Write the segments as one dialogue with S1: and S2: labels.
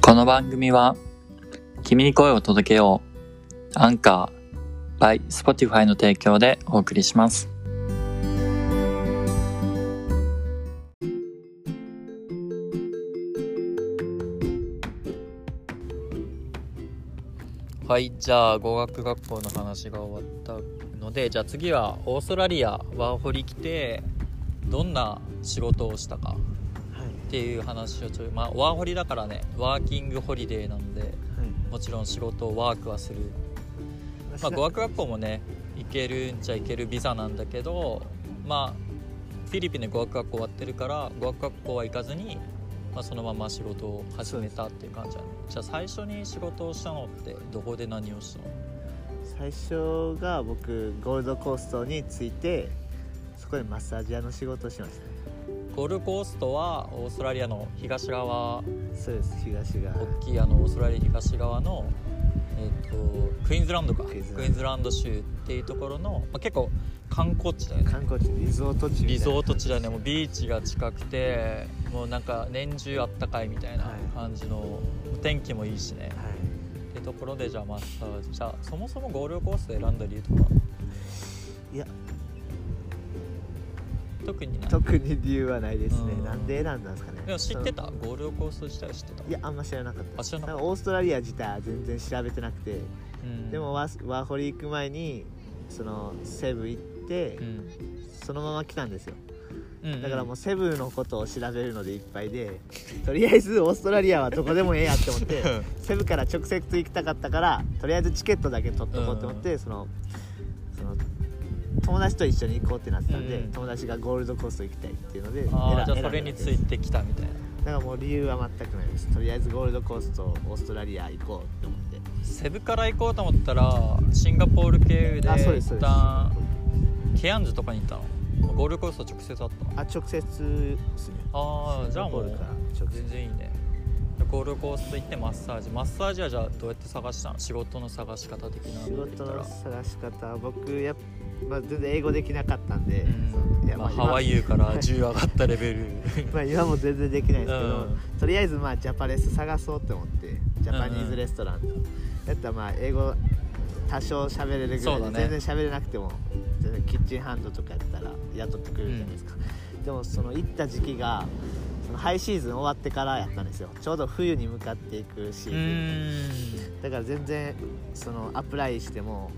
S1: この番組は、君に声を届けよう、アンカー、by Spotify の提供でお送りします。はい、じゃあ語学学校の話が終わったので、じゃあ次はオーストラリア、ワーホリ来て、どんな仕事をしたか。
S2: はい
S1: っていう話をちょい、まあ、ワーホリだからねワーキングホリデーなので
S2: はい
S1: もちろん仕事をワークはする、まあ、語学学校もね行けるんちゃ行けるビザなんだけどまあフィリピンで語学学校終わってるから語学学校は行かずに、まあ、そのまま仕事を始めたっていう感じだねじゃあ最初に仕事をしたのってどこで何をしたの
S2: 最初が僕ゴールドコーストに着いてそこでマッサージ屋の仕事をしましたね
S1: ゴールコーストはオーストラリアの東側
S2: そうです東が
S1: 大きいあのオーストラリア東側の、えー、とクイーンズランドかク
S2: ク
S1: イ
S2: イーンズランド
S1: ーンズランド州っていうところの、まあ、結構観光地だよね
S2: 観光地リゾート地みた
S1: リ
S2: いな
S1: ゾート地だねもうビーチが近くてもうなんか年中あったかいみたいな
S2: はい
S1: 感じの、天気もいいしね
S2: はい
S1: ってところでじゃあマッサージじゃあそもそもゴールコースト選んだ理由とかはい
S2: や
S1: 特にない
S2: 特に理由はないですね
S1: うん
S2: なんで選んだんですかね
S1: でも知ってた
S2: その
S1: ゴールコースト自体は知ってた
S2: いやあんま知らなかった
S1: あ知らなかった
S2: んオーストラリア自体は全然調べてなくて
S1: うん
S2: でもワーワーホリ行く前にそのセブ行って
S1: うん
S2: そのまま来たんですよ
S1: うん
S2: だからも
S1: う
S2: うセブのことを調べるのでいっぱいでとりあえずオーストラリアはどこでもええやって思って
S1: ん
S2: セブから直接行きたかったからとりあえずチケットだけ取っとこうと思って、そのその友達と一緒に行こうってなってたんで、
S1: うん
S2: 友達がゴールドコースト行きたいっていうので
S1: ああじ
S2: 選
S1: ゃあそれについてきたみたいな
S2: だからもう理由は全くないですとりあえずゴールドコーストオーストラリア行こうって思って
S1: セブから行こうと思ったらシンガポール経由で
S2: あそうですそう
S1: 一
S2: です
S1: 旦
S2: あ
S1: ケアンズとかに行ったのゴールコースト直接あったの
S2: 直接ですね
S1: ああじゃあも
S2: シ
S1: う
S2: ンガポールから直接
S1: 全然いいねゴールコースト行ってマッサージマッサージはじゃあどうやって探したの仕事の探し方的な
S2: 仕
S1: ので言った
S2: 事
S1: ら
S2: の探し方僕やっぱ、まあ、全然英語できなかったんで、
S1: うん
S2: いや
S1: まあ、ハ
S2: 今
S1: ワイユーから10上がったレベ ル
S2: まあ今も全然できないですけど、
S1: うん
S2: とりあえずまあジャパレス探そうって思ってジャパニーズレストランと、やったらまあ英語多少喋れるぐらい
S1: そう
S2: で
S1: だ、ね
S2: 全然喋れなくても全然キッチンハンドとかやったら雇ってくれるじゃないですか、でもその行った時期がそのハイシーズン終わってからやったんですよちょうど冬に向かっていくシ
S1: う
S2: ーズン
S1: ーん
S2: だから全然そのアプライしても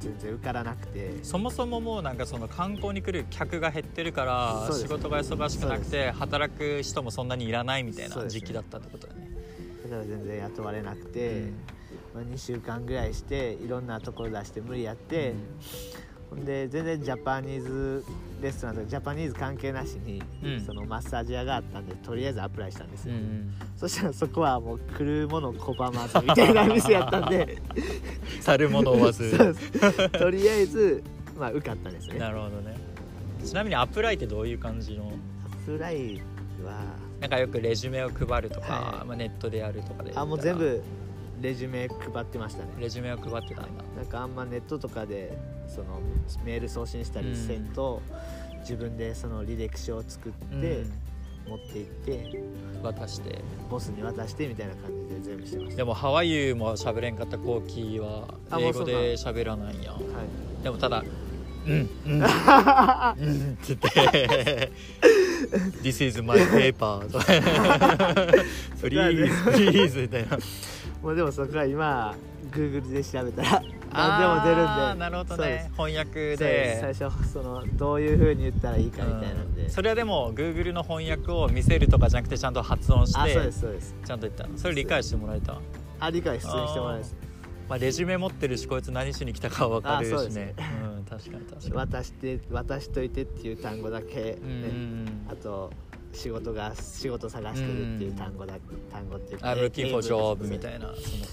S2: 全然受からなくて
S1: そもそももうなんかその観光に来る客が減ってるか
S2: そう
S1: ら
S2: です
S1: 仕事が忙しくなく
S2: そう
S1: て働く人もそんなにいらないみたい
S2: そう
S1: な
S2: ですね
S1: 時期だったってことだね
S2: だから全然雇われなくて、
S1: うん
S2: まあ、2週間ぐらいしていろんなところ出して無理やって、ほんで全然ジャパニーズレストランとかジャパニーズ関係なしに、
S1: うん
S2: そのマッサージ屋があったんでとりあえずアプライしたんです
S1: う
S2: よ、
S1: ん
S2: そしたらそこはもう来るもの拒まずみたいな店やったん で
S1: 去る者を追わず
S2: そうですとりあえず、まあ、受かったですね
S1: な
S2: ア
S1: るほどねちなみにアプライってどういう感じの
S2: プライは
S1: なんかよくレジュメを配るとか、
S2: はい
S1: まあ、ネットでやるとかで言ったら
S2: あもう全部レジュメ配ってましたね
S1: レジュメを配ってたんだ
S2: なんかあんまネットとかでそのメール送信したりせんと、自分でその履歴書を作って、持って行って
S1: うん渡して
S2: ボスに渡してみたいな感じで全部してまし
S1: でもハワイユーも喋れんかったコーキーは
S2: あも
S1: 英
S2: うそ
S1: 語
S2: うか
S1: で喋らないんや
S2: た、
S1: でもただ「 うんうん」うんって言って「This is my paper」とか 「Please please」みたいな
S2: もうでもそこは今 Google で調べたら何でも出
S1: あー
S2: るんで
S1: なるほど
S2: そうで
S1: ね
S2: す
S1: 翻訳
S2: そうです
S1: で
S2: 最初そのどういう風に言ったらいいかみたいなんで、
S1: うんそれはでも Google の翻訳を見せるとかじゃなくてちゃんと発音し
S2: あそうで
S1: て
S2: すそうです
S1: ちゃんと言ったのそれ理解してもらえた、
S2: あ理解普通にしてもらえます
S1: まあ、レジュメ持ってるしこいつ何しに来たかは分かるし
S2: あそうです
S1: ね
S2: ね
S1: うん、確かに確かに
S2: 渡して渡しといてっていう単語だけ、ね
S1: うんうんうん
S2: あと仕事が仕事探してるっていう単語だ、単語っていう
S1: I'm looking for
S2: 英語で
S1: job みたいなそんな感じ、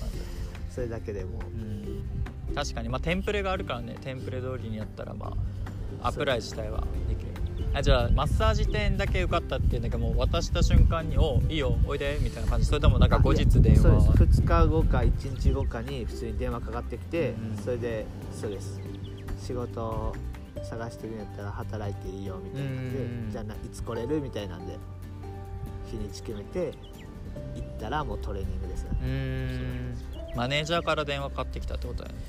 S2: それだけでもう
S1: うん、確かにまあテンプレがあるからねテンプレ通りにやったらまあアプライ自体はできるあじゃあマッサージ店だけ受かったっていうんだけどもう渡した瞬間に「おいいよおいで」みたいな感じそれともなんか後日電
S2: そう
S1: 話
S2: です2日後か1日後かに普通に電話かかってきて、
S1: うん
S2: それでそうです仕事を探してるんやったら働いていいよみたいなんで、
S1: うん
S2: じゃあないつ来れるみたいなんで日にち決めて行ったらもうトレーニングですね
S1: うーんマネージャーから電話かかってきたってことだよね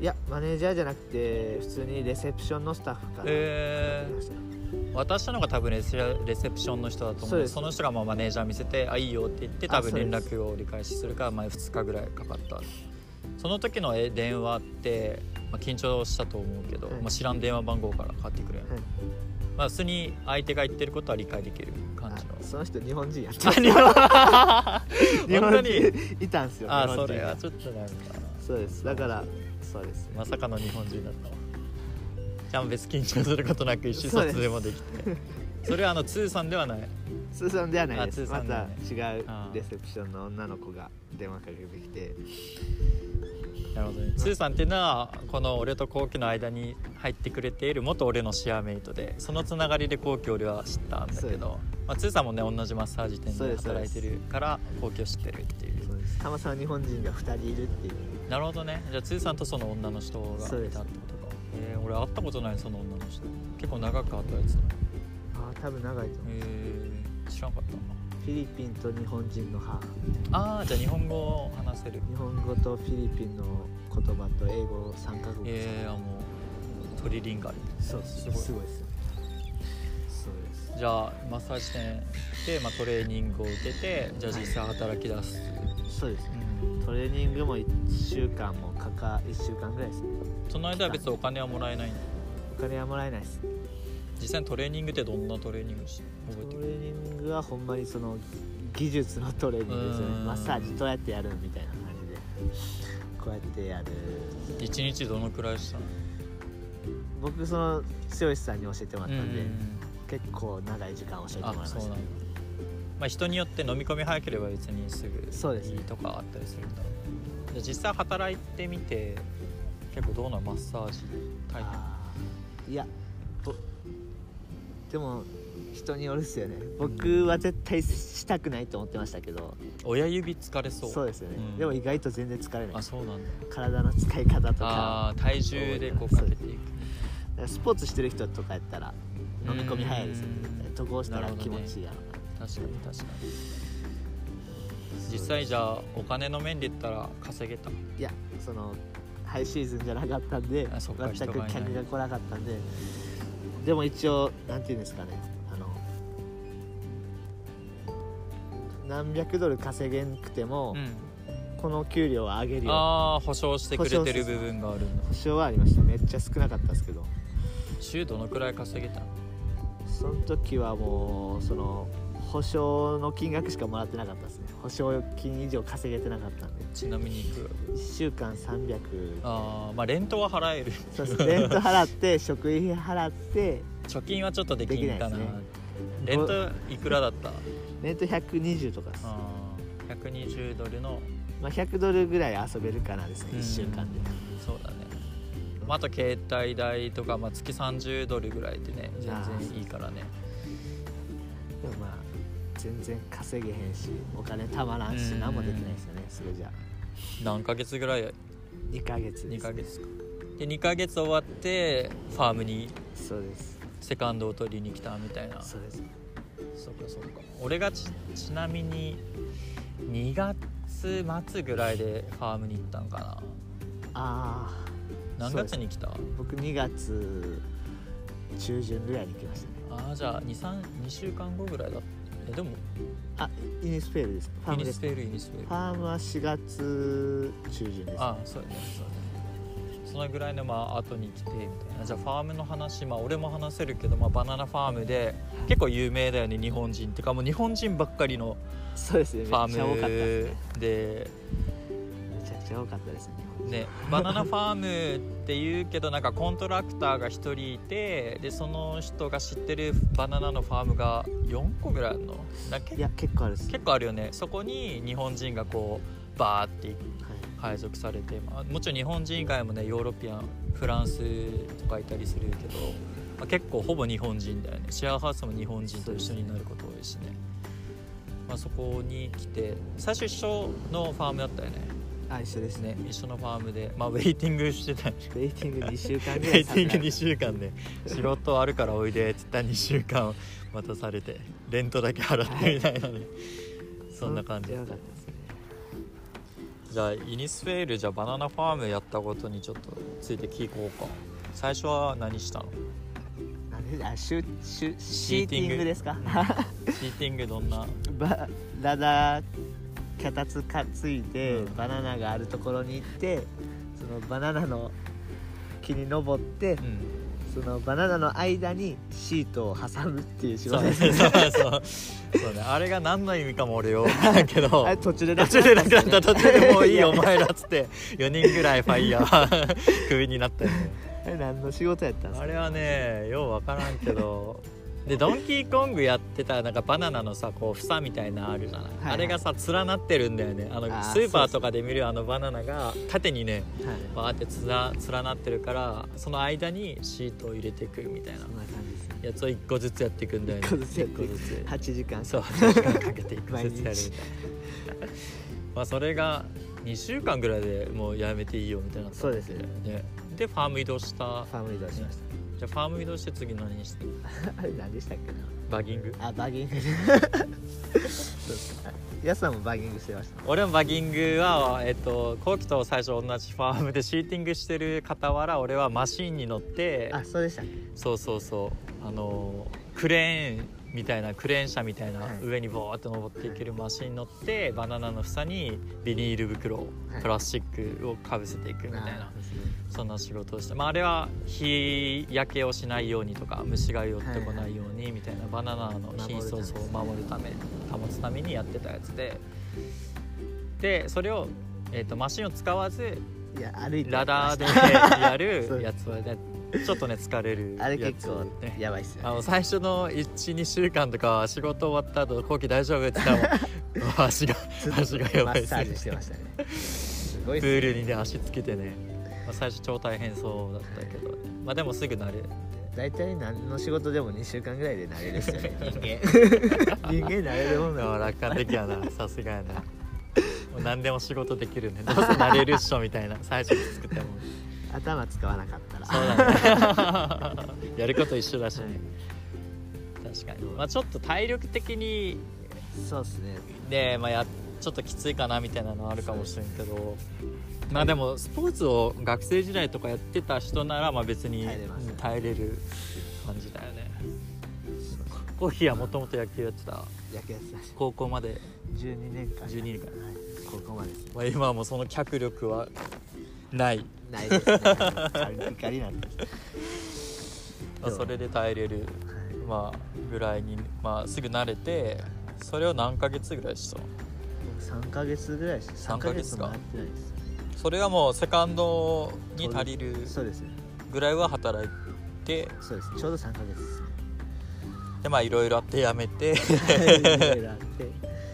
S2: いやマネージャーじゃなくて普通にレセプションのスタッフから
S1: え
S2: 来ましたよ
S1: ー、渡したのが多分レセレセプションの人だと思
S2: そうう
S1: で
S2: ですす
S1: その人がまあマネージャー見せて「あいいよ」って言って
S2: あ
S1: 多分
S2: そうで
S1: 連
S2: す
S1: 絡を折り返しするから前2日ぐらいかかったその時のえ電話って、まあ、緊張したと思うけど、
S2: はい
S1: まあ、知らん電話番号からかかってくるやん、
S2: はい
S1: まあ、普通に相手が言ってることは理解できる感
S2: あ
S1: じの
S2: その人日本人やった
S1: あ 日本
S2: 日
S1: 本
S2: 本
S1: 当に
S2: 人いたんですよ
S1: あ
S2: 日本
S1: そ
S2: 人
S1: れ
S2: が
S1: はちょっとなんか
S2: そうですだからそうです
S1: まさかの日本人だったわじゃあ別に緊張することなく一緒撮影もできてそれはあの通さんではない
S2: 通算ではないで
S1: あ
S2: す
S1: 通
S2: ま
S1: 算では
S2: た
S1: ない
S2: 違う
S1: あー
S2: レセプションの女の子が電話かけてきて
S1: なるほどね通さんっていうのはこの俺と後期の間に入ってくれている元俺のシェアメイトでそのつながりで後期俺は知ったんだ
S2: そ
S1: け
S2: うです
S1: ど、まあ、通さんもね同じマッサージ店
S2: そう
S1: で
S2: です
S1: 働いてるから後期を知ってるっていう
S2: そうですたまさん日本人が2人いるっていう
S1: なるほどねじゃあ通さんとその女の人がいたっ
S2: そう
S1: て
S2: で
S1: こと
S2: す
S1: かえー俺会ったことないその女の人結構長く会ったやつだ
S2: ああ多分長いと思う
S1: えー、知らんかったな
S2: フィリピンと日本人の母
S1: ああじゃあ日本語を話せる
S2: 日本語とフィリピンの言葉と英語3カ国
S1: ええー、あもうトリリンガル
S2: そうすごいすごいですよそうです
S1: じゃあマッサージ店で、まあ、トレーニングを受けてじゃあ実際働き出す、
S2: そうですねトレーニングも1週間もかか1週間ぐらいですね
S1: その間は別にお金はもらえないの
S2: お金はもらえないです
S1: 実際のトレーニングってどんなトレーニングして
S2: ト
S1: 覚
S2: レ
S1: えてる
S2: ーニングはほんまにその技術のトレーニングですよ
S1: うー
S2: ね
S1: ん
S2: マッサージどうやってやるみたいな感じでこうやってやる
S1: 一日どのくらいしたの
S2: 僕その剛さんに教えてもらったんで、
S1: うん
S2: 結構長い時間教えてもら
S1: あ
S2: いまし
S1: そう
S2: た
S1: なんだ、まあ、人によって飲み込み早ければ別にすぐ
S2: そうです
S1: いいとかあったりするんだろうねじゃあ実際働いてみて結構どうなのマッサージ体験
S2: あーいやぼでも人によるっすよね僕は絶対したくないと思ってましたけど
S1: 親指疲れそ
S2: そう
S1: う
S2: ですよね、
S1: うん
S2: でも意外と全然疲れない
S1: あそうなんだ
S2: 体の使い方と
S1: あ
S2: か
S1: ー体重でこうかけていく
S2: スポーツしてる人とかやったら飲み込み早いですよね
S1: うん
S2: 絶対渡航した
S1: な
S2: ら
S1: るほ
S2: 気
S1: どね
S2: 持ちいいやろう
S1: 確かに確かに実際じゃあお金の面で言ったら稼げた
S2: いやそのハイシーズンじゃなかったんで
S1: あそっか
S2: 全
S1: 人がい
S2: く
S1: ない
S2: 客が来なかったんででも一応なんていうんですかねあの何百ドル稼げんくても、
S1: うん
S2: この給料は上げるよ
S1: ああ保証してくれてる部分があるんだ
S2: 保証はありましためっちゃ少なかったですけど
S1: 週どのくらい稼げたの
S2: その時はもうその保証の金額しかもらってなかったですね保証金以上稼げてなかったんで
S1: ちなみにいくら
S2: 1週間300
S1: ああまあレントは払える
S2: そうですレント払って食費払って
S1: 貯金はちょっとできんかな
S2: できないですね
S1: レントいくらだった
S2: レント120とかです
S1: あー120ドルの
S2: まあ、100ドルぐらい遊べるかなですね、
S1: うん
S2: 1週間で
S1: そうだねまああと携帯代とか、まあ、月30ドルぐらいでね全
S2: あー
S1: 然いいからね
S2: でもまあ全然稼げへんしお金たまらんし
S1: うん
S2: 何もできないですよねそれじゃあ
S1: 何ヶ月ぐらい
S2: 2ヶ月で
S1: 2
S2: す
S1: ヶ月かで2ヶ月終わってファームに
S2: そうです
S1: セカンドを取りに来たみたいなそ
S2: そうです
S1: うかそうか俺がちちなみに2月末ぐらいでファームに行ったんか
S2: ああ
S1: な何
S2: そうです
S1: 月に来た
S2: 僕2月中旬ぐらいに来ましたね
S1: ああじゃあ23 2週間後ぐらいだえでも
S2: あイニスペールですファ
S1: イ
S2: ーム
S1: ニ
S2: で
S1: ス
S2: す
S1: ペールイニスペール
S2: ファームは4月中旬です
S1: あそうやねそうやねそのぐらいのまあ後に来てみたいなじゃあファームの話まあ俺も話せるけど、まあ、バナナファームで結構有名だよね日本人ってかもう日本人ばっかりの
S2: そうですねめ
S1: フ
S2: っ
S1: ァーム
S2: ちゃ多かったですね
S1: で
S2: めちゃくちゃ多かったですね
S1: ね、バナナファームっていうけどなんかコントラクターが1人いてでその人が知ってるバナナのファームが4個ぐらいあるのなんか
S2: い
S1: け
S2: や結構あるっす、
S1: 結構あるよねそこに日本人がこうバーって
S2: はい
S1: 配属されて、まあ、もちろん日本人以外もねヨーロピアンフランスとかいたりするけど、まあ、結構ほぼ日本人だよねシェアハウスも日本人と一緒になること多いしね、まあ、そこに来て最初一緒のファームだったよね
S2: あ一緒ですね
S1: ね一緒のファームで、まあ、ウェイティングしてたよね
S2: ウェイティング2週間
S1: ウ
S2: ぐら
S1: ェ
S2: い
S1: イティング2週間で素人あるからおいでって言ったら2週間待たされてレントだけ払ってみたいなね、 そんな感じ
S2: よかったですね
S1: じゃあイニスフェールじゃあバナナファームやったことにちょっとついて聞こうか最初は何したの
S2: なんであシュシュシーティングですか、
S1: ヒーティングどんな
S2: バラダ脚立担いで、
S1: うん
S2: バナナがあるところに行ってそのバナナの木に登って、
S1: うん
S2: そのバナナの間にシートを挟むっていう仕
S1: そ
S2: 事
S1: う
S2: で
S1: ね
S2: す
S1: そうそうそうねあれが何の意味かも俺よだけど
S2: あれ途中で
S1: 途中でなくなった途中でもういいよお
S2: や
S1: 前らっつって4人ぐらいファイヤー クビになったよね
S2: あれ 何の仕事やったんです
S1: あ
S2: か
S1: れはねよう分からんけどでドンキーコングやってたなんかバナナのさこう房みたいなのあるじゃない、
S2: いはい
S1: あれがさ連なってるんだよねあの
S2: あー
S1: スーパーとかで見るあのバナナが縦にね
S2: はい
S1: バーってつな連なってるからその間にシートを入れていくみたいな
S2: そんな感じです ね
S1: やつを1個ずつやっていくんだよね
S2: 一個ずつやってい
S1: 一
S2: く
S1: 個ずつ
S2: 8時間
S1: そう1時間かけて1個ずつやるみたいな
S2: 毎日
S1: まあそれが2週間ぐらいでもうやめていいよみたいな
S2: そうですよ
S1: ねでファーム移動した
S2: ファーム移動しまし
S1: じゃあファーム移動して次何して
S2: たあれ何でしたっけな
S1: バギング
S2: あバギ ングそうですかやすさんもバギングしてました
S1: 俺のバギングは、えっと、後期と最初同じファームでシーティングしてる傍ら俺はマシーンに乗って
S2: あそうでしたっけ
S1: そうそうそうあのクレーンみたいなクレーン車みたいな
S2: はい
S1: 上にボーって登っていけるマシンに乗ってバナナの房にビニール袋を
S2: はい
S1: プラスチックをかぶせていくみたいなそんな仕事をして、まあ、あれは日焼けをしないようにとか虫が寄ってこないようにみたいなバナナの品質をそう守るため保つためにやってたやつででそれを、えー、とマシンを使わず
S2: いや歩いて
S1: ラダーでやるやつはねちょっとね疲れるやつ
S2: あれ結構
S1: ね
S2: やばいっす
S1: あ
S2: よね
S1: の最初の12週間とかは仕事終わった後後期大丈夫?」って言ったらもう 足が 足がや
S2: マ
S1: ばい
S2: ッ
S1: です
S2: サージしてましたね すごい
S1: プ
S2: っすね
S1: ールにね足つけてね、まあ、最初超大変そうだったけど、まあでもすぐ慣れて
S2: 大体何の仕事でも2週間ぐらいで慣れるっす よね人間 人間慣れるもんだから
S1: 楽観的や なさすがやなもう何でも仕事できるねどうせ慣れるっしょみたいな最初に作っても
S2: 頭使わなかったら
S1: そうだね やること一緒だしね確かにまあちょっと体力的に
S2: そうっすね
S1: で、まあ、やちょっときついかなみたいなのあるかもしれんけど、まあでもスポーツを学生時代とかやってた人ならまあ別に
S2: 耐えれますね
S1: 耐えれる感じだよねコーヒーはもともと野球やってた
S2: 野球やってたし
S1: 高校まで、
S2: 12年間
S1: 12年間
S2: はいここまでですね
S1: まあ、今はもうその脚力はない、
S2: ないです ねカリカリなんです
S1: まあ、それで耐えれる、
S2: はい
S1: まあ、ぐらいに、まあ、すぐ慣れてそれを何ヶ月ぐらいしたの
S2: 3ヶ月ぐらいし
S1: 三ヶ月か
S2: 三もやってないです
S1: それはもうセカンドに足りる
S2: そうですね
S1: ぐらいは働いて
S2: そうですちょうど3ヶ月 ですね
S1: でまあいろいろあってやめて
S2: いろいろあって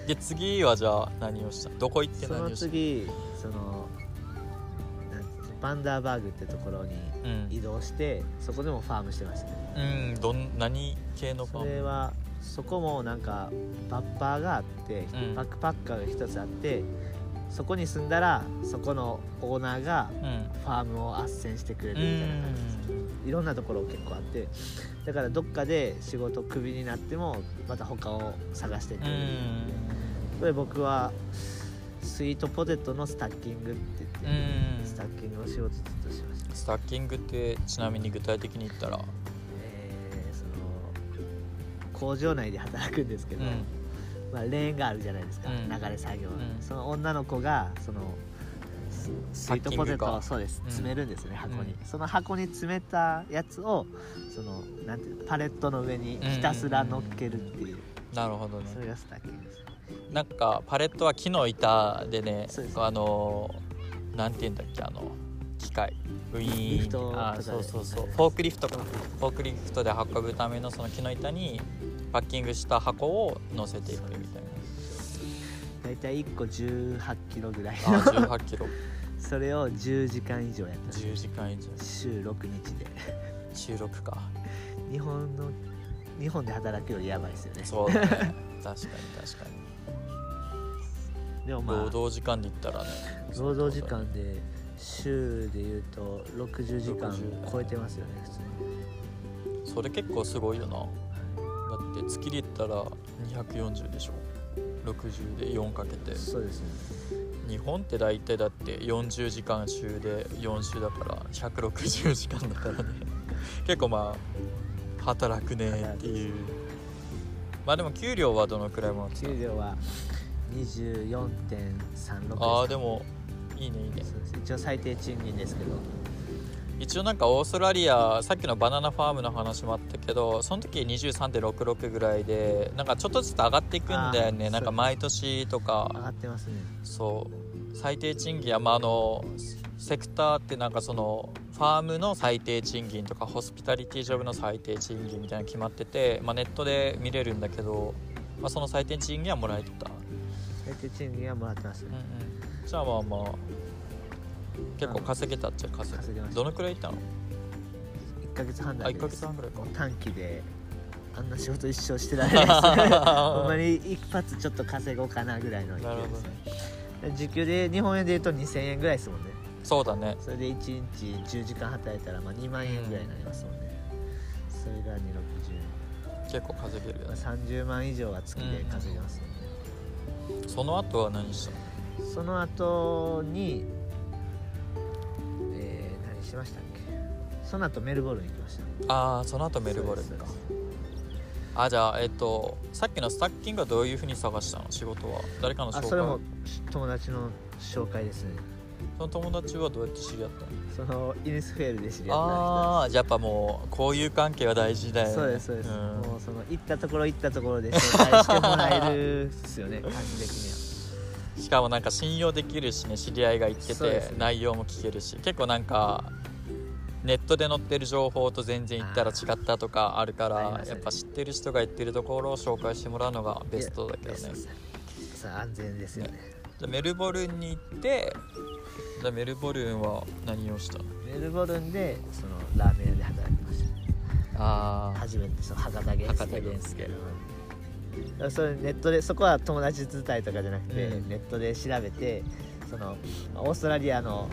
S1: で次はじゃあ何をしたどこ行って
S2: その
S1: 何をした
S2: 次そのなんていうのバンダーバーグってところに
S1: うん
S2: 移動して、そこでもファームしてましたね
S1: うんどん何系のファ
S2: そ
S1: ーム
S2: れはそこもなんかバッパーがあって、
S1: うん
S2: バックパッカーが一つあってそこに住んだらそこのオーナーが
S1: うん
S2: ファームを斡旋してくれる
S1: う
S2: みたいな感じです
S1: ん
S2: いろんなところ結構あってだからどっかで仕事クビになってもまた他を探してく
S1: う
S2: れるこれ僕はスイートポテトのスタッキングって言って、
S1: ん
S2: スタッキングの仕事ずっとしてました、
S1: スタッキングってちなみに具体的に言ったら
S2: えーその工場内で働くんですけど、
S1: うん
S2: まあ、レーンがあるじゃないですか、
S1: うん
S2: 流れ作業の、
S1: うん
S2: その女の子がそのススイートポテト
S1: パッキング
S2: を
S1: か
S2: そうです
S1: うん
S2: 詰めるんですね、箱に
S1: う
S2: その箱に詰めたやつをそのなんていうのパレットの上にひたすら乗っけるっていう、
S1: なるほど
S2: それ
S1: ね
S2: がスタッキングです
S1: なんかパレットは木の板でね
S2: そうです
S1: あのーなんて言うんだっけあの機械ウィーン
S2: リフトとか
S1: あ
S2: で
S1: そうそうそうフォークリフトかフォークリフトで運ぶためのその木の板にパッキングした箱を乗せていくみたいな
S2: 大体1個1 8キロぐらい
S1: あ
S2: の
S1: 18キロ
S2: それを10時間以上やってます
S1: 10時間以上
S2: 週6日で
S1: 収録か
S2: 日本の日本で働くよりやばいですよね
S1: そうだね確かに確かに、
S2: でも まあ
S1: 労働時間で言ったらね
S2: 労働時間で週でいうと60時間
S1: 60
S2: 超えてますよね普通に
S1: それ結構すごいよなだって月で言ったら240でしょ60で4かけて
S2: そうですね
S1: 日本って大体だって40時間週で4週だから160時間だ からね結構まあ働くねっていうまあでも給料はどのくらいもらってた
S2: 給料は24.36
S1: ああでもいいねいいね
S2: そうです一応最低賃金ですけど
S1: 一応なんかオーストラリアさっきのバナナファームの話もあったけどその時23.66ぐらいでなんかちょっとずつ上がっていくんだよ
S2: あ
S1: ね
S2: ー
S1: なんか毎年と
S2: 上
S1: か
S2: がってますね
S1: そう最低賃金はまああのセクターってなんかそのファームの最低賃金とかホスピタリティジョブの最低賃金みたいなの決まってて、まあ、ネットで見れるんだけど、まあ、その最低賃金はもらえてた、
S2: 最低賃金はもらってます
S1: うんう
S2: ね
S1: ん、じゃあまあまあ結構稼げたっちゃ稼げ
S2: 稼げました
S1: どのくらいいったの
S2: 1ヶ月半
S1: あ
S2: だけ
S1: 1
S2: で
S1: ヶ月
S2: す
S1: 半ぐらいか
S2: 短期であんな仕事一生してら れないですほんまに一発ちょっと稼ごうかなぐらいの勢い
S1: なるほ
S2: で
S1: ど
S2: す
S1: ね
S2: ね時給で日本円で言うと2000円ぐらいですもんね
S1: そうだね
S2: それで1日10時間働いたらまあ2万円ぐらいになりますもんね、それが260
S1: 結構稼げるよ
S2: まあ
S1: ね
S2: 30万以上は月で稼げますよね、
S1: その後は何したの
S2: その後にえー、何しましたっけその後メルボルン行きました
S1: ああその後メルボルン
S2: そうで
S1: か
S2: す
S1: あじゃあえっとさっきのスタッキングはどういうふうに探したの仕事は誰かの紹
S2: あ
S1: 介
S2: それも友達の紹介ですね
S1: その友達はどうやって知り合ったの
S2: そのイニスフェールで知り合っ
S1: ああーやっぱもう交友関係は大事だ
S2: た
S1: よね
S2: 人そうですそうです、
S1: ん
S2: もうその行ったところ行ったところで紹介してもらえるっすよね 感じ的には
S1: しかもなんか信用できるしね知り合いが言ってて、
S2: そうですね
S1: 内容も聞けるし結構なんかネットで載ってる情報と全然言ったら違ったとかあるか
S2: あり
S1: ら、
S2: ますね
S1: やっぱ知ってる人が言ってるところを紹介してもらうのがベストだけどね
S2: いやベストですさあ安全ですよね
S1: じゃあメルボルンに行ってじゃあメルボルンは何をしたの
S2: メルボルンでそのラーメン屋で働きました
S1: あ
S2: 初めてその博多源
S1: 博多源助
S2: うんそれネットでそこは友達伝えとかじゃなくて、
S1: うん
S2: ネットで調べてそのオーストラリアの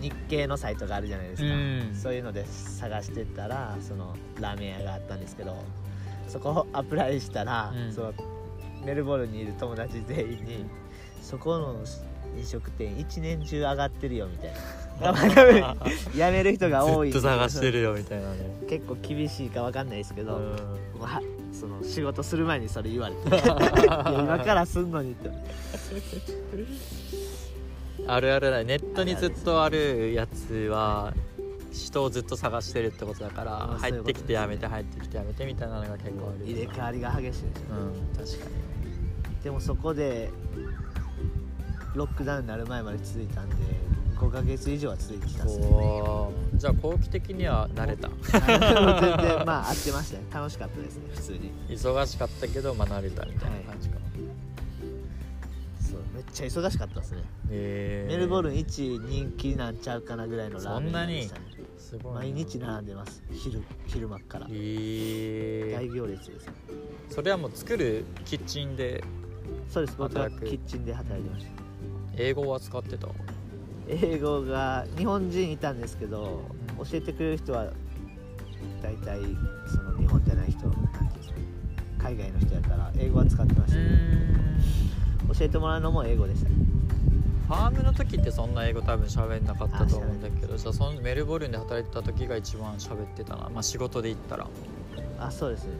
S2: 日系のサイトがあるじゃないですか、
S1: うん
S2: そういうので探してたらそのラーメン屋があったんですけどそこをアプライしたら、
S1: うん
S2: そのメルボルンにいる友達全員にそこの飲食店一年中上がってるよみたい な辞める人が多い
S1: ずっと探してるよみたいなね
S2: 結構厳しいかわかんないですけ
S1: う
S2: ど、
S1: ん
S2: わその仕事する前にそれ言われ ていや今からすんのにって
S1: あるあるだねネットにずっとあるやつは人をずっと探してるってことだから
S2: あそうい
S1: 入
S2: う
S1: っ
S2: こ
S1: て
S2: とですね
S1: きてやめて入ってきてやめてみたいなのが結構ある
S2: 入れ替わりが激しいですよ
S1: うん確か
S2: でもそこでロックダウンになる前まで続いたんで5ヶ月以上は続いてきたん
S1: に
S2: ですよ
S1: おーじゃあ後期的には慣れた
S2: あの全然まあ合ってましたね楽しかったですね普通に
S1: 忙しかったけどまあ慣れたみたいな感じかな、
S2: そうめっちゃ忙しかったですね、
S1: え
S2: メルボルン
S1: ン
S2: 1人気なんちゃうかなぐらいのラーメン屋でしたね
S1: すごいな
S2: 毎日並んでます昼昼間っから
S1: え
S2: 大
S1: ー、
S2: 行列ですね
S1: それはもう作るキッチンで
S2: そうです僕は
S1: 働く
S2: キッチンで働いてました
S1: 英語は使ってた
S2: 英語が日本人いたんですけど
S1: う
S2: 教
S1: ん
S2: えてくれる人は大体その日本じゃない人なんていうんですか海外の人やから英語は使ってました、教えてもらうのも英語でした
S1: ファームの時ってそんな英語多分喋んなかったと思うんだけどじゃあそのメルボルンで働いてた時が一番喋ってたなまあ仕事で行ったら
S2: あそうですね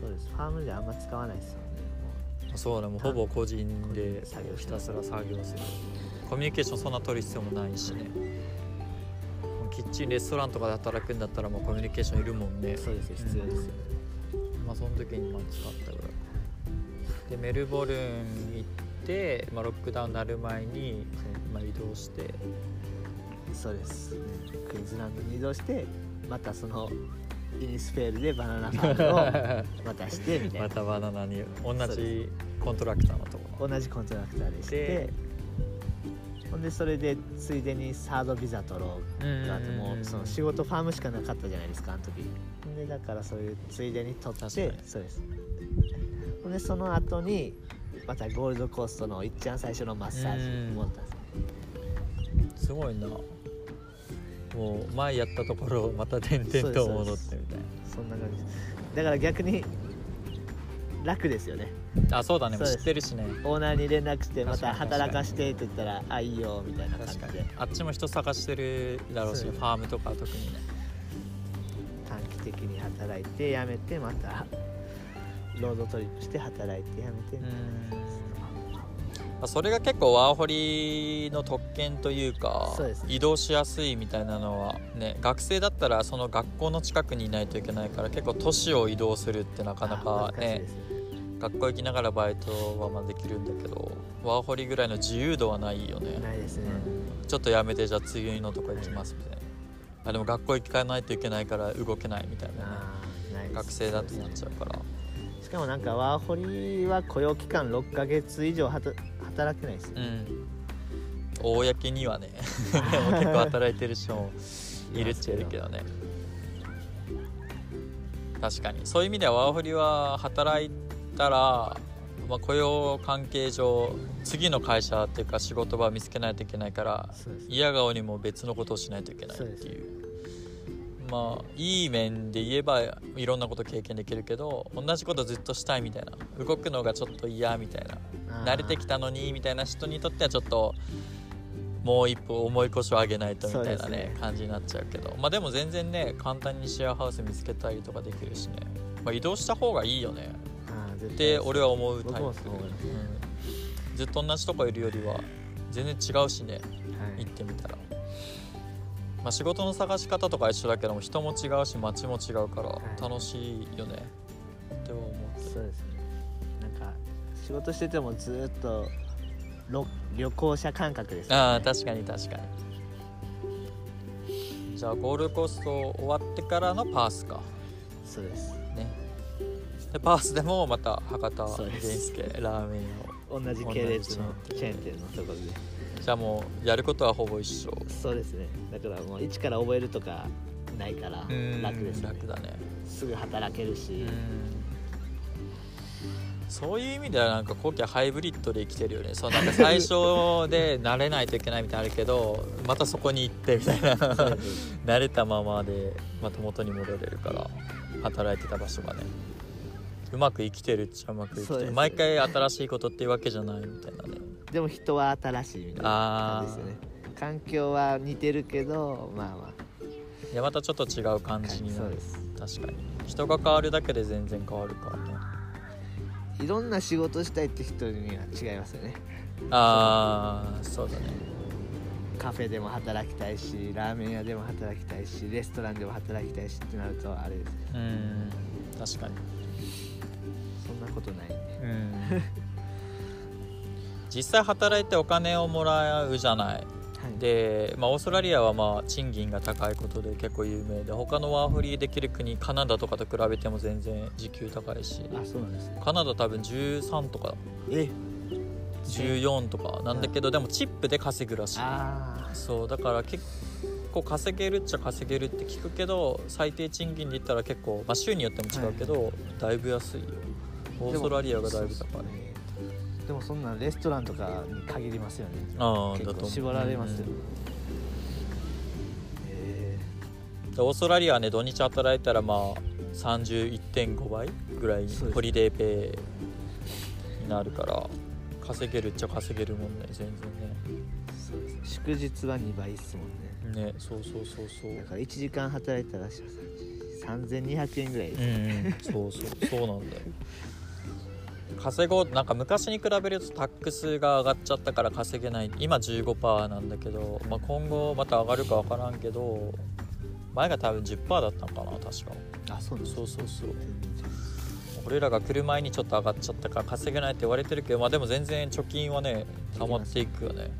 S2: そうですファームであんま使わないですよね
S1: そうだもうほぼ個人で
S2: 作業し
S1: ひ
S2: てま
S1: た
S2: す
S1: すら作業するコミュニケーションそんな取る必要もないしねもうキッチンレストランとかで働くんだったらもうコミュニケーションいるもんね
S2: そうですね必要ですよ、
S1: まあ、その時にまあ使ったぐらいでメルボルン行って、まあ、ロックダウンになる前に、まあ、移動して
S2: そうですクイーンズランドに移動してまたそのイニスフェールでバナナファームをまたしてみたい な
S1: またバナナに同
S2: そう
S1: じ
S2: で
S1: コントラクターのところ
S2: 同じコントラクターでして
S1: で
S2: ほんでそれでついでにサードビザ取ろうあともうその仕事ファームしかなかったじゃないですかあの時でだからそういうついでに取って
S1: 確かに
S2: そうですほんでその後にまたゴールドコーストのいっちゃん最初のマッサージ
S1: うん
S2: に戻ったんですよ
S1: すごいなもう前やったところをまた点々と
S2: そう
S1: 戻
S2: で
S1: っ
S2: す
S1: てみたいな
S2: そんな感じですだから逆に楽ですよね
S1: あそうだね
S2: そうです
S1: 知ってるしね
S2: オーナーに連絡してま
S1: 確か
S2: た
S1: に確かに
S2: 働かしてって言ったら「あいいよ」みたいな感じ
S1: 確かに
S2: で
S1: あっちも人探してるだろうし
S2: そ
S1: フ
S2: う
S1: ァームとか特にね
S2: 短期的に働いて辞めてまたロードトリップして働いて辞めてみたいな
S1: まあそれが結構ワーホリの特権というか
S2: そうですね
S1: 移動しやすいみたいなのはね学生だったらその学校の近くにいないといけないから結構都市を移動するってなかなか
S2: あー難しい
S1: ね
S2: ですよ
S1: 学校行きながらバイトはまあできるんだけどワーホリぐらいの自由度はないよね
S2: ないですね、
S1: ちょっとやめてじゃあ次のとこ行きますみたいなあでも学校行かないといけないから動けないみたいなね
S2: あーないです
S1: 学生だとなっちゃうから
S2: しかもなんかワーホリは雇用期間6ヶ月以上はた働けないですよ
S1: うん公に はねでも結構働いてる人もいるっちゃいるけどね確かにそういう意味ではワーホリは働いたら、まあ、雇用関係上次の会社っていうか仕事場を見つけないといけないから
S2: そうですね
S1: 嫌顔にも別のことをしないといけないっていうまあいい面で言えばいろんなこと経験できるけど同じことずっとしたいみたいな動くのがちょっと嫌みたいな
S2: あー
S1: 慣れてきたのにみたいな人にとってはちょっともう一歩重い腰を上げないとみたい
S2: そ
S1: な
S2: うで
S1: ね
S2: すね
S1: 感じになっちゃうけどまあでも全然ね簡単にシェアハウス見つけたりとかできるしね、まあ、移動した方がいいよね
S2: あー絶対
S1: って俺は思うタイプ、
S2: 僕もそう思います
S1: うんずっと同じとこいるよりは全然違うしね
S2: はい
S1: 行ってみたら、まあ、仕事の探し方とか一緒だけども人も違うし街も違うから
S2: い
S1: 楽しいよね、って思う
S2: そうですねなんか仕事しててもずっとろ旅行者感覚ですよね
S1: ああ確かに確かにじゃあゴールコースト終わってからのパースか
S2: そうです
S1: ねでパースでもまた博多
S2: そう
S1: 源
S2: です
S1: 助ラーメン
S2: 同じ系列のチェーン店のところで
S1: をじゃあもうやることはほぼ一緒
S2: そうですねだからもう一から覚えるとかないから
S1: うん
S2: 楽ですね
S1: 楽だね
S2: すぐ働けるし、
S1: そういう意味ではなんか後期はハイブリッドで生きてるよねそう なんか最初で慣れないといけないみたいなのあるけどまたそこに行ってみたいな慣れたままでまた元に戻れるから働いてた場所がねうまく生きてるっちゃうまく生き
S2: そう
S1: て
S2: で
S1: る
S2: す
S1: 毎回新しいことっていうわけじゃないみたいなね
S2: でも人は新しいみたいな感じですよね環境は似てるけどまあま
S1: いやまたちょっと違う感
S2: あ
S1: じに
S2: そ
S1: な
S2: う
S1: る
S2: です
S1: 確かに人が変わるだけで全然変わるからね
S2: いろんな仕事したいって人には違いますよね
S1: ああそうだね
S2: カフェでも働きたいしラーメン屋でも働きたいしレストランでも働きたいしってなるとあれですね
S1: うん確かに
S2: そんなことないんで
S1: 実際働いてお金をもらうじゃない
S2: はい
S1: で、まあ、オーストラリアはまあ賃金が高いことで結構有名で他のワーホリできる国カナダとかと比べても全然時給高いし
S2: あそうなんですね
S1: カナダ多分13とか
S2: え
S1: 14とかなんだけどでもチップで稼ぐらしい
S2: あ
S1: そうだから結構稼げるっちゃ稼げるって聞くけど最低賃金で言ったら結構、まあ、州によっても違うけど、だいぶ安いよ
S2: あ
S1: オーストラリアがだいぶ高い
S2: でもそんなレストランとかに限りますよね
S1: ああだ
S2: 結
S1: と
S2: 構
S1: 思う
S2: 縛られますよ
S1: うん
S2: え
S1: でオーストラリアはね土日働いたらまあ31.5倍ぐらい
S2: そうです
S1: ホリデーペイになるから稼げるっちゃ稼げるもんね全
S2: ーそうですね祝日は2倍ですもんね
S1: 然ねねそうそうそうそう
S2: だから1時間働いたら3200円ぐらいです、
S1: うんうんそうそうそうなんだよ稼ごうなんか昔に比べるとタックスが上がっちゃったから稼げない今15%なんだけど、まあ、今後また上がるか分からんけど前が多分10%だったのかな確か
S2: あそうなんです
S1: そうそうそう俺らが来る前にちょっと上がっちゃったから稼げないって言われてるけどまあでも全然貯金はね溜まっていくよね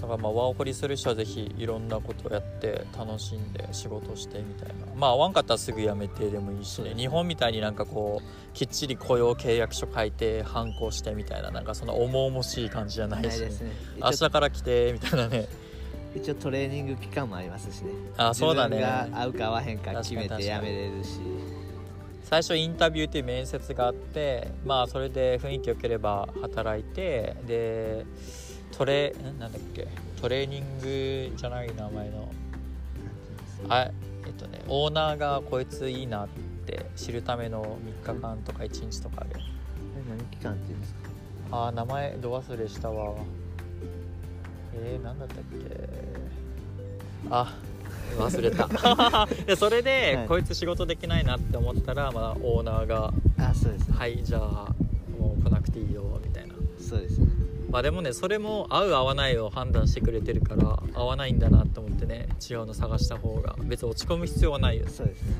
S1: だからまあワーホリする人はぜひいろんなことをやって楽しんで仕事してみたいなまあ合わんかったらすぐ辞めてでもいいし
S2: そう
S1: ね
S2: です
S1: 日本みたいになんかこうきっちり雇用契約書書いて反抗してみたいななんかその重々しい感じじゃな
S2: ない
S1: いし、ね
S2: ですね
S1: 明日から来てみたいなね
S2: 一応一応トレーニング期間もありますしね
S1: あそうだね
S2: 自分が合うか合わへんか決
S1: 確
S2: め
S1: か
S2: て
S1: に
S2: や
S1: 確か
S2: め
S1: に
S2: れるし
S1: 最初インタビューっていう面接があってまあそれで雰囲気良ければ働いてでトレんなんだっけトレーニングじゃない名前のあえっとねオーナーがこいついいなって知るための3日間とか1日とかある
S2: え何期間っていうんですか
S1: あー名前ど忘れしたわえー、何だったっけあ忘れ たでそれで、
S2: はい
S1: こいつ仕事できないなって思ったら、まあ、オーナーが
S2: あそうで
S1: 「
S2: す
S1: はいじゃあもう来なくていいよ」みたいな
S2: そうですね
S1: まあでもねそれも合う合わないを判断してくれてるから合わないんだなって思ってね違うの探した方が別に落ち込む必要はないよ
S2: そうですね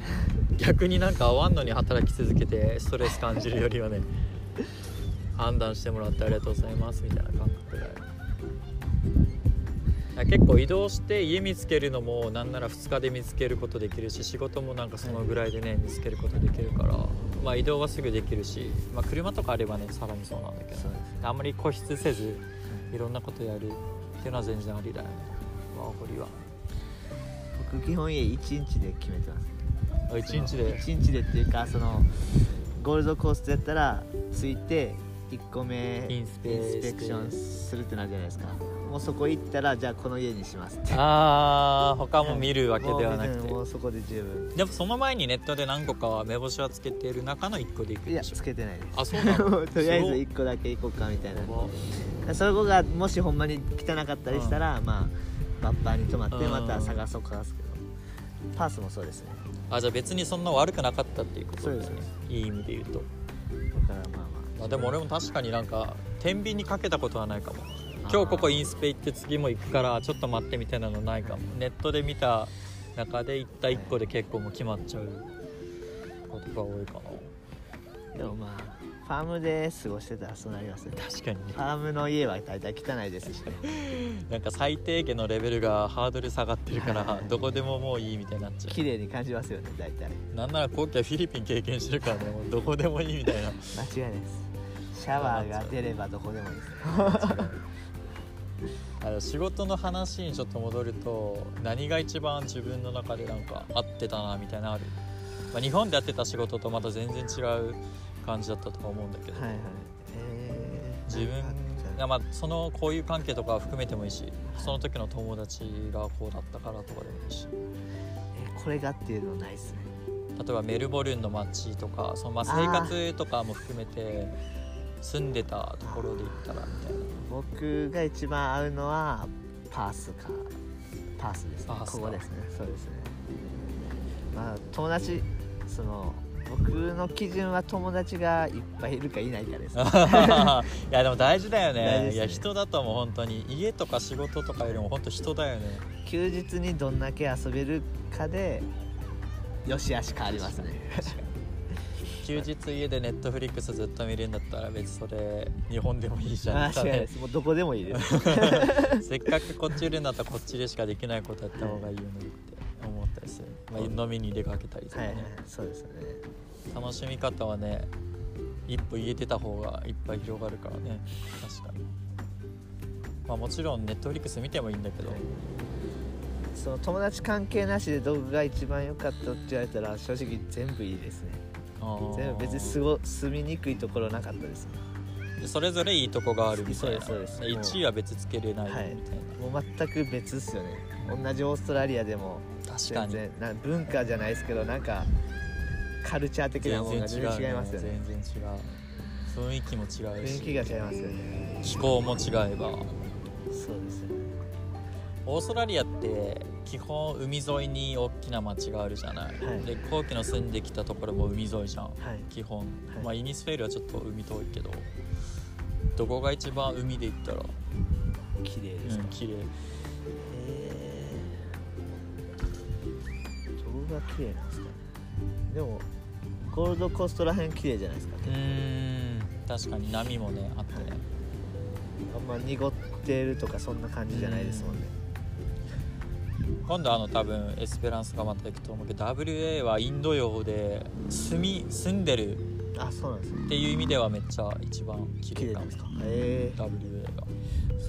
S1: 逆になんか合わんのに働き続けてストレス感じるより はね判断してもらってありがとうございますみたいな感覚だよだから結構移動して家見つけるのもなんなら2日で見つけることできるし仕事もなんかそのぐらいでね見つけることできるから、まあ、移動はすぐできるし、まあ、車とかあればねさらにそうなんだけど
S2: そうですね
S1: あんまり固執せずいろんなことやるっていうのは全然ありだよねワーホリは
S2: 僕基本家1日で決めてます
S1: 1日で
S2: 一日でっていうかそのゴールドコーストやったら着いて1個目
S1: インスペース
S2: インスペクションするってなるじゃないですかもうそこ行ったらじゃあこの家にしますって
S1: ああ他も見るわけではなく
S2: もう
S1: て
S2: もうそこで十分
S1: でもその前にネットで何個かは目星はつけてる中の1個でいく
S2: いや
S1: でし
S2: つけてないです
S1: ょあそうな
S2: も
S1: の
S2: うとりあえず
S1: すごい
S2: 1個だけ行こうかみたい
S1: やば
S2: なそこがもしほんまに汚かったりしたら、まあバッパーに泊まって
S1: うん
S2: また探そうかですけどパースもそうですね
S1: あじゃあ別にそんな悪くなかったっていうことです
S2: そう
S1: ね
S2: で
S1: いい意味で言うと、
S2: だからまあ
S1: まあ、でも俺も確かになんか天秤にかけたことはないかも
S2: まあ
S1: 今日ここインスペ行って次も行くからちょっと待ってみたいなのないかもネットで見た中で行った1個で結構もう決まっちゃうことが多いかな
S2: でもまあファームで過ごしてたらそうなりますね
S1: 確かにね
S2: ファームの家は大体汚いですしね
S1: なんか最低限のレベルがハードル下がってるからどこでももういいみたいになっちゃ
S2: 綺麗に感じますよね大体
S1: うなんなら後期はフィリピン経験してるからねもうどこでもいいみたいな
S2: 間違いないですシャワーが出ればどこでもいいです
S1: あの仕事の話にちょっと戻ると何が一番自分の中でなんか合ってたなみたいなのある、まあ、日本でやってた仕事とまた全然違う感じだったとは思うんだけど、
S2: はいはいえー
S1: 自分が、まあ、その交友関係とか含めてもいいしその時の友達がこうだったからとかでもいいし
S2: えこれがっていうのないですね
S1: 例えばメルボルンの街とかそのまあ生活とかも含めて住んでたところで言ったらみたいな
S2: 僕が一番合うのはパースかパースですね
S1: パースか
S2: ここですねそうですねまあ友達その僕の基準は友達がいっぱいいるかいないかで す
S1: いやでも大事だよ
S2: 大事
S1: ね
S2: ですね
S1: いや人だともう本当に家とか仕事とかよりも本当人だよね
S2: 休日にどんだけ遊べるかでよし悪し変わりますね
S1: 休日家でネットフリックスずっと見るんだったら別にそれ日本でもいいじゃん
S2: 間違いないですもうどこでもいいです
S1: せっかくこっちいるんだったらこっちでしかできないことやった方がいいよねって思ったりする、まあ、飲みに出かけたりとか
S2: はい、
S1: ね、
S2: はい、そうですよね
S1: 楽しみ方はね一歩言えてた方がいっぱい広がるからね確かにまあもちろんネットフリックス見てもいいんだけど、
S2: その友達関係なしで道具が一番良かったって言われたら正直全部いいですね
S1: あー
S2: 全部別にすご住みにくいところなかったです
S1: でそれぞれいいとこがあるみたいな
S2: そうですそうです
S1: 1位は別つけれないみた
S2: はい
S1: い
S2: もう全く別っすよね同じオーストラリアでも
S1: な、確か
S2: 全
S1: に全
S2: 然な文化じゃないですけどなんかカルチャー的なものが全
S1: 然違う
S2: 然違い
S1: ね
S2: ますよね
S1: 全然違う雰囲気も違う
S2: 雰囲気
S1: し
S2: が違いますよね
S1: 気候も違えば
S2: そうですよね
S1: オーストラリアって基本海沿いに大きな町があるじゃない、
S2: はい
S1: で後期の住んできたところも海沿いじゃん
S2: はい
S1: 基本、
S2: はい
S1: まあイニスフェールはちょっと海遠いけどどこが一番海で行ったら、
S2: 綺麗
S1: う
S2: です
S1: ん
S2: か、、
S1: 綺麗
S2: えー、どこが綺麗なんですかねでもゴールドコーストらへん綺麗じゃないですか、
S1: うーん確かに波もねあってね、
S2: あんま濁ってるとかそんな感じじゃないですもんね、
S1: 今度あの多分エスペランスがまた行くと思うけど WA はインド洋で住み住んでる
S2: あそうなんですね
S1: っていう意味ではめっちゃ一番綺
S2: 綺
S1: 麗
S2: 麗
S1: か
S2: なん
S1: も
S2: ですかへ
S1: WA が
S2: え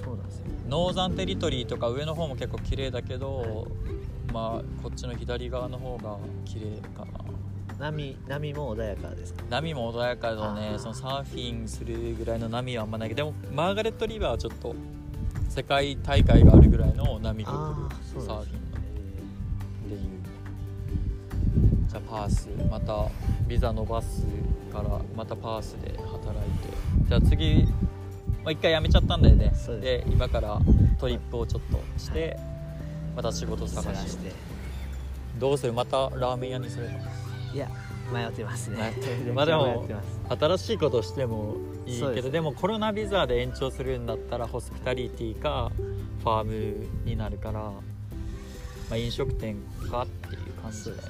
S2: そうなんですね
S1: ノーザンテリトリーとか上の方も結構綺麗だけど、
S2: はい
S1: まあこっちの左側の方が綺麗かな
S2: 波波も穏やかですか
S1: 波も穏やかだ
S2: あ
S1: ね
S2: ー
S1: そのサーフィンするぐらいの波はあんまないけどでもマーガレット・リーバーはちょっと世界大会があるぐらいの波が来
S2: あ
S1: る
S2: あ
S1: サ
S2: そうな
S1: ー
S2: ん
S1: フ
S2: です
S1: ィン
S2: ね
S1: っていうじゃあパースまたビザ伸ばすからまたパースで働いてじゃあ次、まあ、1回辞めちゃったんだよね
S2: そう
S1: で今からトリップをちょっとして、また仕事探
S2: 探
S1: し
S2: してて
S1: どうするまたラーメン屋にする
S2: いや迷ってますね
S1: 迷 ってるまあでも
S2: 迷ってます
S1: 新しいことしてもいい
S2: そう
S1: け
S2: で
S1: ど
S2: す
S1: で,、
S2: ね
S1: もコロナビザで延長するんだったらホスピタリティかファームになるから、まあ、飲食店かっていう感じだよね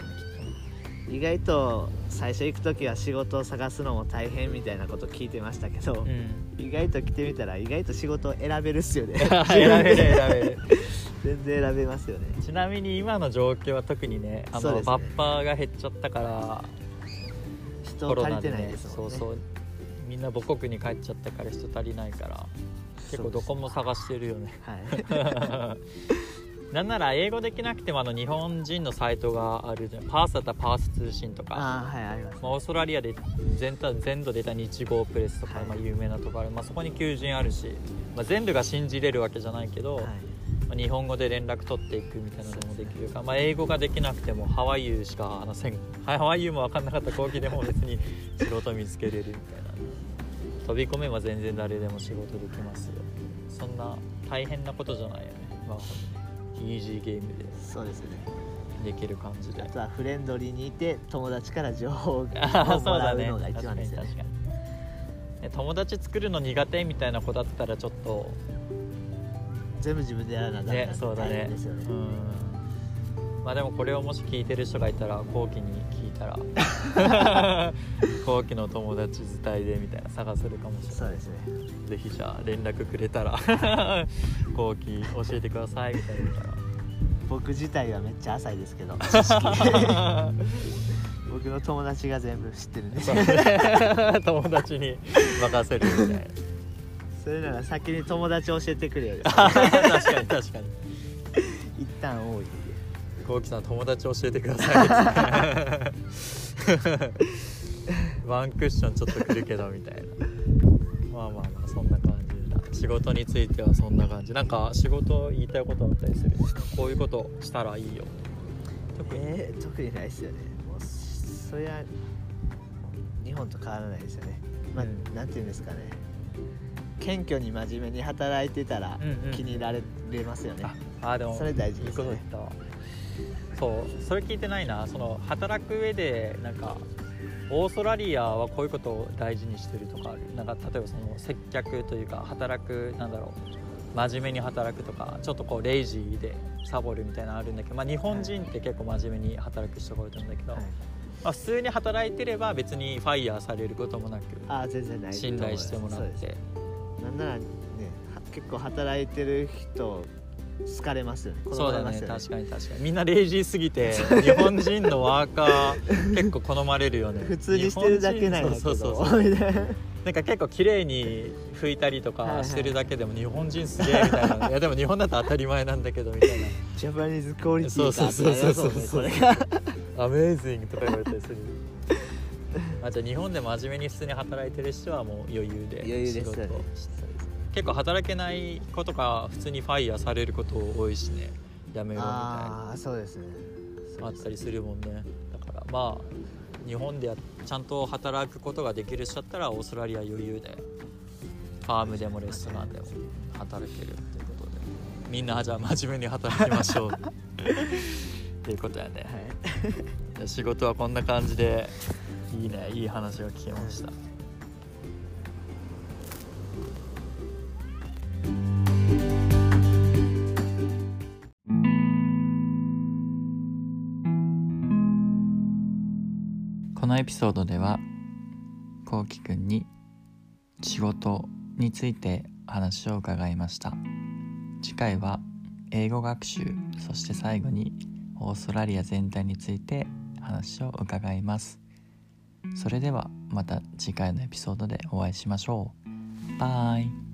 S2: そう意外と最初行く時は仕事を探すのも大変みたいなこと聞いてましたけど
S1: きっと、うん、
S2: 意外と来てみたら意外と仕事を選べるっすよ ね
S1: 選べる選べる
S2: 全然選べますよね
S1: ちなみに今の状況は特にねあ
S2: そう
S1: の
S2: ですね
S1: バッパーが減っちゃったから
S2: 人足りてないです
S1: そ
S2: もん
S1: う
S2: ね
S1: そうみんな母国に帰っちゃったから人足りないから結構どこも探してるよね
S2: はい
S1: なんなら英語できなくてもあの日本人のサイトがあるじゃんパースだったらパース通信とか
S2: ああはいあります
S1: まあ、オーストラリアで全体全土出た日豪プレスとか、
S2: はい
S1: まあ、有名なとこある、まあ、そこに求人あるし、まあ、全部が信じれるわけじゃないけど、
S2: はい
S1: まあ、日本語で連絡取っていくみたいなのもできるから、まあ、英語ができなくてもハワイユーしか話せんハワイユーも分かんなかった後期でも別に仕事見つけれるみたいな飛び込めば全然誰でも仕事できますよそんな大変なことじゃないよね、まあ、イージーゲーム
S2: そうですね
S1: でできる感じで
S2: あとはフレンドリーにいて友達から情報をも
S1: あー そう
S2: ら
S1: だ
S2: う
S1: ね
S2: のが一番ですよね
S1: 確かに確かにね友達作るの苦手みたいな子だったらちょっと
S2: 全部自分でやらなダ
S1: ね
S2: メなんで
S1: そうだ
S2: 大
S1: ね
S2: 変ですよね
S1: うんまあでもこれをもし聞いてる人がいたら後期に聞いた ら後期の友達自体でみたいな探せるかもしれ
S2: そう
S1: ない
S2: ですね
S1: ぜひじゃあ連絡くれたら 後期教えてくださいみたいな言うから
S2: 僕自体はめっちゃ浅いで すけど 僕の友達が全部知ってるんです
S1: そう ね友達に任せるみたいな
S2: それなら先に友達教えてくれより
S1: 確かに確かに
S2: 一旦多いんで
S1: こうきさん友達教えてくださいワンクッションちょっとくるけどみたいなまあまあまあそんな感じだ仕事についてはそんな感じなんか仕事言いたいことあったりするこういうことしたらいいよ特に
S2: えー、特にないですよねもうそりゃ日本と変わらないですよねまあ、
S1: うん
S2: なんていうんですかね謙虚に真面目に働いてたら
S1: うんうん
S2: 気に入られ,、ますよね
S1: ああーでも
S2: それ大事
S1: い
S2: で
S1: い
S2: す
S1: こと
S2: ね
S1: 言ったわそうそれ聞いてないなその働く上でなんかオーストラリアはこういうことを大事にしてるとかあるなんか例えばその接客というか働くなんだろう真面目に働くとかちょっとこうレイジーでサボるみたいなのあるんだけど、まあ、日本人って結構真面目に働く人が多いと思うんだけど、
S2: はい
S1: まあ、普通に働いてれば別にファイヤーされることもなく
S2: あー全然ないと思い
S1: 信
S2: ます
S1: 頼してもら
S2: そ
S1: っ
S2: うです
S1: て
S2: なんならねは結構働いてる人好かれますよね好
S1: そう
S2: まれ
S1: だ
S2: ま
S1: ね
S2: す
S1: 確か
S2: よね
S1: に確かにみんなレイジーすぎて日本人のワーカー結構好まれるよね
S2: 普通にしてるだけなんやけ
S1: 日本人そう
S2: ど
S1: そうそう
S2: みたい な
S1: なんか結構綺麗に拭いたりと
S2: はいは
S1: か
S2: い
S1: してるだけでも日本人すげえみたい ないやでも日本だと当たり前なんだけどみたい
S2: ジャパニーズクオリティ
S1: そうそうそうそう そう
S2: かってなりますもんねこれが
S1: なアメイジングとか言われたり するあじゃあ日本で真面目に普通に働いてる人はもう余裕で
S2: 余裕です
S1: 仕
S2: よ
S1: 事
S2: ね
S1: を結構働けない子とか普通にファイヤーされること多いしねやめろみたいな
S2: ああそうですね
S1: あったりするもんねだからまあ日本でやちゃんと働くことができる人だったらオーストラリア余裕でファームでもレストランでも働けるっていうことでみんなじゃあ真面目に働きましょ うっていうことやね
S2: はい
S1: じゃあ仕事はこんな感じでいいねいい話が聞けましたこのエピソードではこうきくんに仕事についてお話を伺いました次回は英語学習そして最後にオーストラリア全体について話を伺いますそれではまた次回のエピソードでお会いしましょうバイ